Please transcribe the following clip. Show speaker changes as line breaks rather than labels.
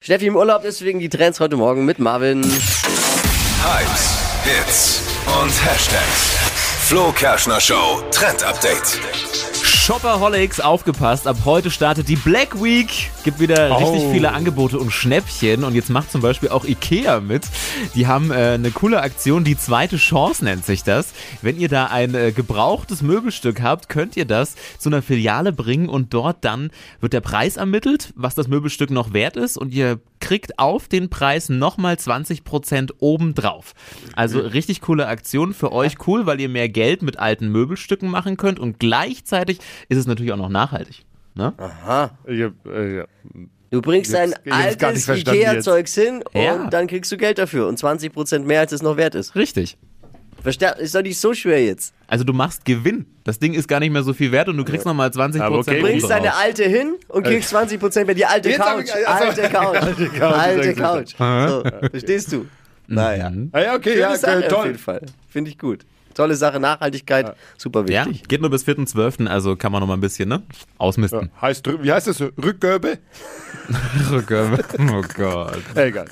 Steffi im Urlaub, deswegen die Trends heute Morgen mit Marvin.
Hypes, Hits und Hashtags. Flo Kerschner Show Trend Update.
Shopaholics, aufgepasst, ab heute startet die Black Week. Gibt wieder richtig viele Angebote und Schnäppchen. Und jetzt macht zum Beispiel auch Ikea mit. Die haben äh, eine coole Aktion, die zweite Chance nennt sich das. Wenn ihr da ein äh, gebrauchtes Möbelstück habt, könnt ihr das zu einer Filiale bringen und dort dann wird der Preis ermittelt, was das Möbelstück noch wert ist. Und ihr kriegt auf den Preis nochmal 20% obendrauf. Also richtig coole Aktion für euch. Cool, weil ihr mehr Geld mit alten Möbelstücken machen könnt und gleichzeitig ist es natürlich auch noch nachhaltig. Ne?
Ah.
Ich hab, äh, ja.
Du bringst dein
Jetzt- jetzt gar nicht
altes
verstanden
Ikea-Zeugs hin und
Ja.
dann kriegst du Geld dafür. Und 20% mehr, als es noch wert ist.
Richtig.
Verste ist doch nicht so schwer jetzt.
Also du machst Gewinn. Das Ding ist gar nicht mehr so viel wert und du kriegst nochmal 20
Aber okay,
Prozent.
Bringst
Bringst deine alte hin und kriegst 20% mehr. Die alte
Äh. Jetzt hab
Couch.
ich- also-
alte Couch. Alte Couch.
Couch, sag
Couch.
ich
So, verstehst du?
Mhm.
Naja.
Ah, ja, okay, ja,
Schöne Sache
okay,
auf jeden
toll.
Fall. Finde ich gut. Tolle Sache, Nachhaltigkeit, super
ja,
wichtig.
geht nur bis 4.12., also kann man noch mal ein bisschen ne? ausmisten.
Heißt, drü- wie heißt das? Rückgöbe?
oh Gott.
Egal.